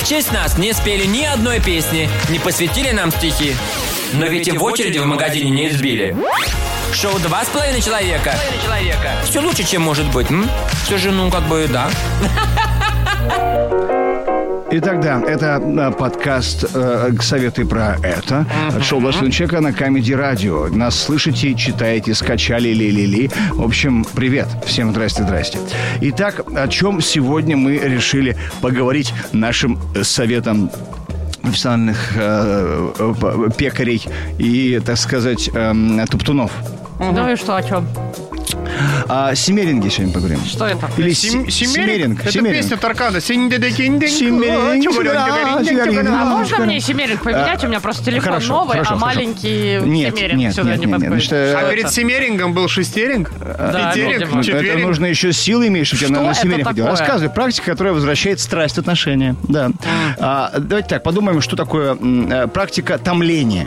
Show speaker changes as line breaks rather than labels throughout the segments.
В честь нас не спели ни одной песни, не посвятили нам стихи. Но ведь и в очереди в магазине не избили. Шоу «Два с половиной человека». Все лучше, чем может быть. М? Все же, ну, как бы, да.
Итак, да, это э, подкаст э, «Советы про это». От шоу «Властного чека» на Камеди Радио. Нас слышите, читаете, скачали, ли-ли-ли. В общем, привет. Всем здрасте-здрасте. Итак, о чем сегодня мы решили поговорить нашим э, советом профессиональных э, э, п- пекарей и, так сказать, эм, топтунов.
Ну и что, о чем?
О семеринге сегодня поговорим.
Что это?
Или
Сим-
се-
Симеринг? Это
Э, семеринг.
песня Таркана.
Симеринг,
А
симеринг.
Симеринг.
можно
ну,
мне семеринг поменять? У меня просто телефон
хорошо,
новый,
хорошо,
а
хорошо.
маленький
Нет,
семеринг
нет,
сюда
нет,
не
нет,
подходит.
значит, э,
А перед Семерингом был шестеринг?
Да, ну,
Пятеринг?
видимо.
Это
Четверинг?
нужно еще силы иметь, чтобы тебя
Что
на, на
это
семеринг ходил.
такое?
Рассказывай. Практика, которая возвращает страсть в отношения. Да. А, давайте так, подумаем, что такое м, э, практика томления.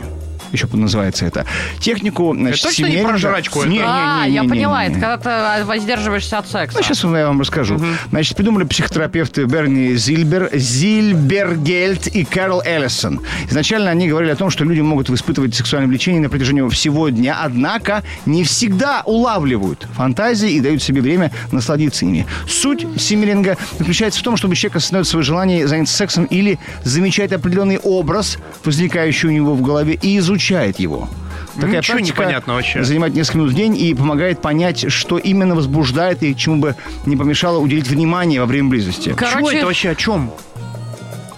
Еще называется это. Технику, значит,
точно не
семеринга-
про жрачку это?
Не, не,
А,
не,
я
не, не,
поняла,
не,
это
не.
когда ты э, воздерживаешься от секса.
Ну, сейчас я вам расскажу. Значит, придумали психотерапевты Берни Зильбер, Зильбергельд и Кэрол Эллисон. Изначально они говорили о том, что люди могут испытывать сексуальное влечение на протяжении всего дня, однако не всегда улавливают фантазии и дают себе время насладиться ими. Суть семеринга заключается в том, чтобы человек остановит свое желание заняться сексом или замечает определенный образ, возникающий у него в голове, и изучает его. Такая
Ничего не
практика
понятно вообще.
занимает несколько минут в день и помогает понять, что именно возбуждает и чему бы не помешало уделить внимание во время близости.
Чего это
Короче,
вообще? О чем?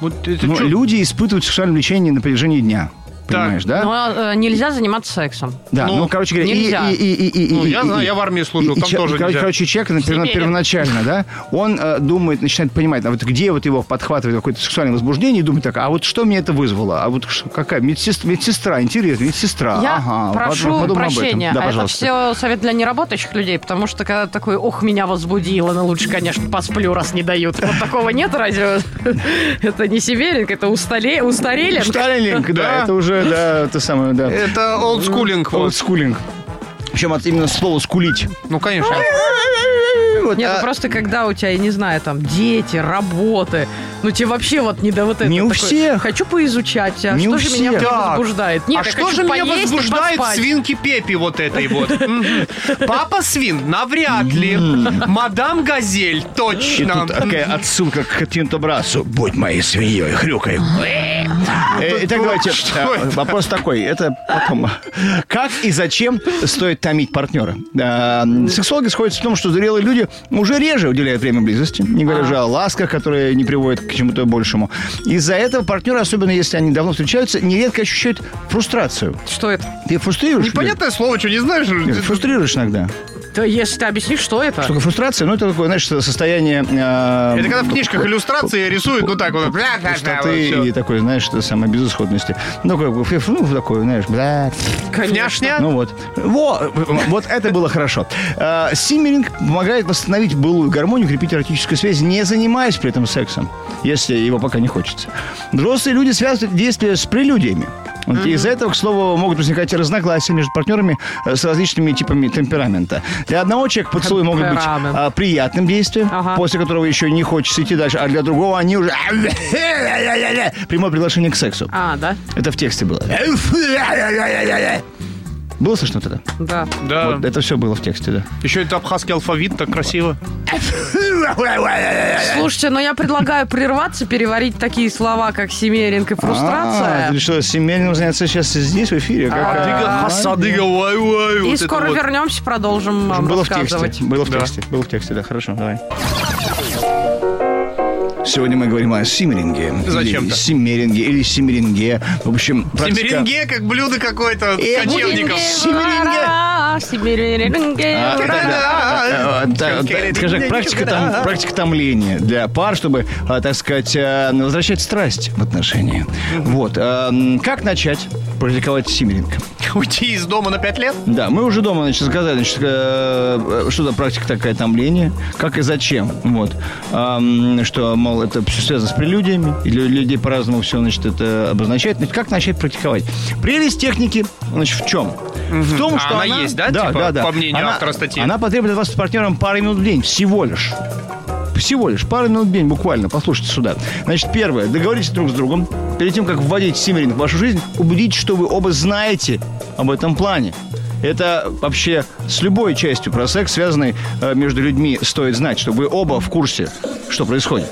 Вот это
Но
чё?
люди испытывают сексуальное влечение на протяжении дня. Понимаешь, да?
ну, а, э, нельзя заниматься сексом.
да, ну,
ну,
короче говоря, и-
нельзя.
и, и, и, и-
Ну,
и-
я
и-
знаю, я в армии служил, там
че-
тоже
короче,
нельзя.
короче, человек например,
Сибири.
первоначально, да, он э, думает, начинает понимать, а вот где вот его подхватывает какое-то сексуальное возбуждение и думает так, а вот что мне это вызвало? А вот ш- какая медсестра, медсестра интересно, медсестра.
Я
ага,
прошу
подумай об этом.
прощения,
Да,
а это
пожалуйста.
все совет для неработающих людей, потому что когда такой, ох, меня возбудило, ну лучше, конечно, посплю, раз не дают. Вот такого нет разве? Это не сибиринг, это устале- устарелинг.
Сталинг, да,
Да.
это уже, да, это самое, да.
Это олдскулинг. вот.
Олдскулинг. Причем от именно слова скулить.
Ну, конечно.
Вот,
Нет,
а
ну просто когда у тебя, я не знаю, там дети, работы, ну тебе вообще вот не до вот этого.
Не у
Такой,
всех.
Хочу поизучать, а
Не
что
у
же меня
всех.
прям
Так.
возбуждает? Нет,
а
я
что
хочу
же меня
поесть и
возбуждает
поспать.
свинки Пеппи вот этой вот? Мгм. Папа свин? Навряд ли. Мадам Газель?
И
Точно.
тут такая отсылка к Тинто Брасу. Будь моей свиньей, хрюкай. Э, Итак, давайте.
А Что
э,
это?
Вопрос такой. Это потом. Как и зачем стоит томить партнера? А, Сексологи сходятся в том, что зрелые люди уже реже уделяют время близости. Не говоря
А.
уже о ласках, которые не приводят к чему-то большему. Из-за этого партнеры, особенно если они давно встречаются, нередко ощущают фрустрацию.
Что это?
Ты фрустрируешь? людей?
Непонятное слово, что не знаешь?
Нет, Фрустрируешь иногда.
Да если ты объяснишь, что это?
Только фрустрация, ну, это такое, знаешь, состояние... э,
Это когда в книжках иллюстрации рисуют, ну так вот. бля, бля, бля, вот всё.
Пустоты и такой, знаешь, что самое безысходности. Ну, как бы, фиф, ну, такое, знаешь, бля.
Няшня?
Ну вот. Во, вот это было хорошо. Э, Симмеринг помогает восстановить былую гармонию, крепить эротическую связь, не занимаясь при этом сексом, если его пока не хочется. Взрослые люди связывают действия с прелюдиями. Вот Из-за этого, к слову, могут возникать разногласия между партнерами э, с различными типами темперамента. Для одного человека поцелуи могут быть
Темперамент.
а, приятным действием,
Ага.
после которого еще не хочется идти дальше, а для другого они уже... а, Прямое приглашение к сексу.
А, да?
Это в тексте было. Было слышно тогда?
Да.
Да.
Вот это все было в тексте, да.
Еще это абхазский алфавит, так красиво.
Слушайте, ну я предлагаю прерваться, переварить такие слова, как семеринг и
А,
фрустрация.
ты что, семейным заняться сейчас здесь, в эфире? Как, а,
Адыга, хасадыга, вай, вай.
И
вот это
скоро
вот.
вернемся, продолжим вам
Было в
рассказывать.
тексте. Было в
Да.
тексте. Было в тексте, да. Хорошо, давай. Сегодня мы говорим о симмеринге.
Зачем-то?
Или Симмеринге или симмеринге. В общем, практика-
Симеринге, как блюдо какое-то
Э,
кочевников.
Симеринге. Симеринге.
А, да, да. Э, э, да, да. Скажи, практика, там, практика томления для пар, чтобы, а, так сказать, э, возвращать страсть в отношения. Вот. э, м, Как начать практиковать симмеринг?
Уйти из дома на пять лет?
Да, мы уже дома, значит, сказали, значит, э, что за практика такая томление, как и зачем, вот. Ам, Что, мол, это все связано с прелюдиями, и для людей по-разному все, значит, это обозначает. Значит, как начать практиковать? Прелесть техники, значит, в чем? В том,
А
что
она есть, да,
да,
типа,
да, да.
по мнению
Она-
автора статьи?
Она потребует от вас с партнером пару минут в день, всего лишь. Всего лишь пары минут в день буквально. Послушайте сюда. Значит, первое. Договоритесь друг с другом. Перед тем, как вводить симмеринг в вашу жизнь, убедитесь, что вы оба знаете об этом плане. Это вообще с любой частью про секс, связанной э, между людьми, стоит знать, что вы оба в курсе, что происходит.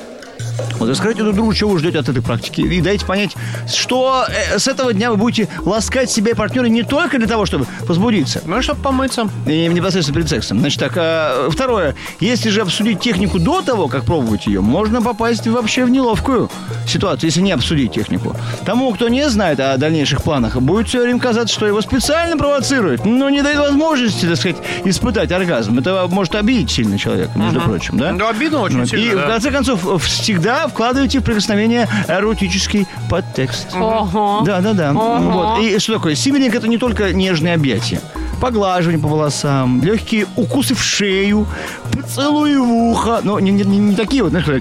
Вот расскажите друг другу, чего вы ждете от этой практики. И дайте понять, что э, с этого дня вы будете ласкать себя и партнера не только для того, чтобы возбудиться,
Ну, чтобы помыться.
и непосредственно перед сексом. Значит, так, а, второе. Если же обсудить технику до того, как пробовать ее, можно попасть вообще в неловкую ситуацию, если не обсудить технику. Тому, кто не знает о дальнейших планах, будет все время казаться, что его специально провоцируют, но не дает возможности, так сказать, испытать оргазм. Это может обидеть сильно человека, между прочим, да?
Да, обидно очень
Вот. И,
сильно,
в
да.
конце концов, всегда вкладывайте в прикосновение эротический подтекст.
Ого.
Да, да, да.
Ага.
Вот. И что такое? Сиверинг это не только нежные объятия. Поглаживание по волосам, легкие укусы в шею, поцелуи в ухо. Но не, не- не- не такие вот, знаешь, когда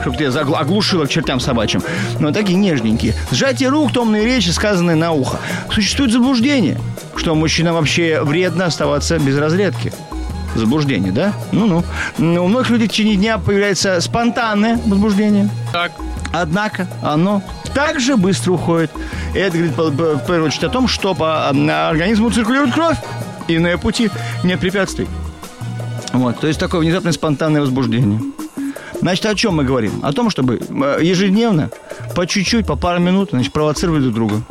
чтобы тебя загл- оглушило к чертям собачьим. Но такие нежненькие. Сжатие рук, томные речи, сказанные на ухо. Существует заблуждение, что мужчинам вообще вредно оставаться без разрядки. Заблуждение, да? Ну-ну. Но У многих людей в течение дня появляется спонтанное возбуждение.
Так.
Однако оно так же быстро уходит. И это говорит, по- по- в первую очередь, о том, что по м, организму циркулирует кровь. Иные пути нет препятствий. Вот, то есть такое внезапное спонтанное возбуждение. Значит, о чем мы говорим? О том, чтобы э, ежедневно, по чуть-чуть, по пару минут, значит, провоцировать друг друга.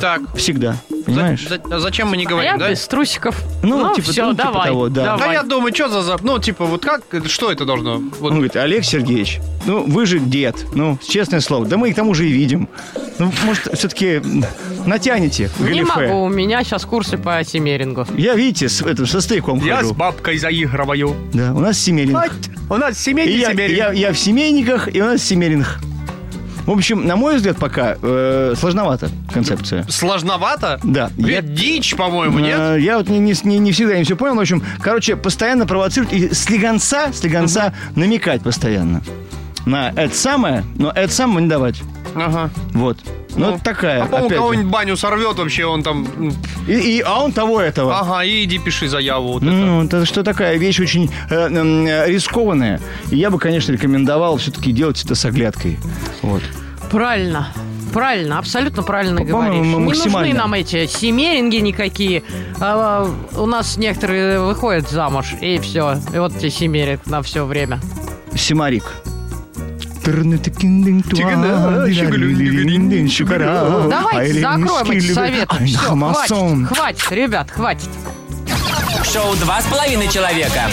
Так.
Всегда.
За-
Понимаешь?
за- а зачем мы не
А
говорим,
я
да?
без трусиков.
Ну, типа-
все,
ну, типа
давай.
того, да.
Да
давай.
я думаю, что за... за- Ну, типа, вот как... Что это должно...
Он
Вот.
говорит, Олег Сергеевич, ну вы же дед, ну, честное слово, да мы и к тому же и видим. Ну, может, все-таки натянете галифе.
Не могу, у меня сейчас курсы по семерингу.
Я, видите, с, этим, со стейком
Я с
хожу.
бабкой заигрываю.
Да, у нас семеринг.
У нас
И
семейный
я,
семерин.
я- я в семейниках, и у нас семеринг. В общем, на мой взгляд, пока э, сложновато концепция.
Сложновато?
Да.
Ведь
Я-
дичь, по-моему, нет?
Э, Я вот не, не с- не- не всегда не все понял. В общем, короче, постоянно провоцировать и слегонца, слегонца намекать постоянно. На это самое, но это самое не давать.
Ага.
Вот. Ну,
Ну,
вот такая.
А по-моему,
опять же.
кого-нибудь баню сорвет вообще, он там... м,
и, и- а он того этого.
Ага, и иди пиши заяву. вот это.
Ну, это что такая вещь очень э, м, э, рискованная. И я бы, конечно, рекомендовал все-таки делать это с оглядкой. Вот.
Правильно. Правильно, абсолютно правильно
По-моему,
говоришь.
мы
Не нужны
максимально.
нам эти семеринги никакие. А, у нас некоторые выходят замуж, и все. И вот тебе семерит на все время.
Симарик.
Давайте закроем эти советы. Все, хватит, хватит, ребят, хватит.
Шоу «Два с половиной человека».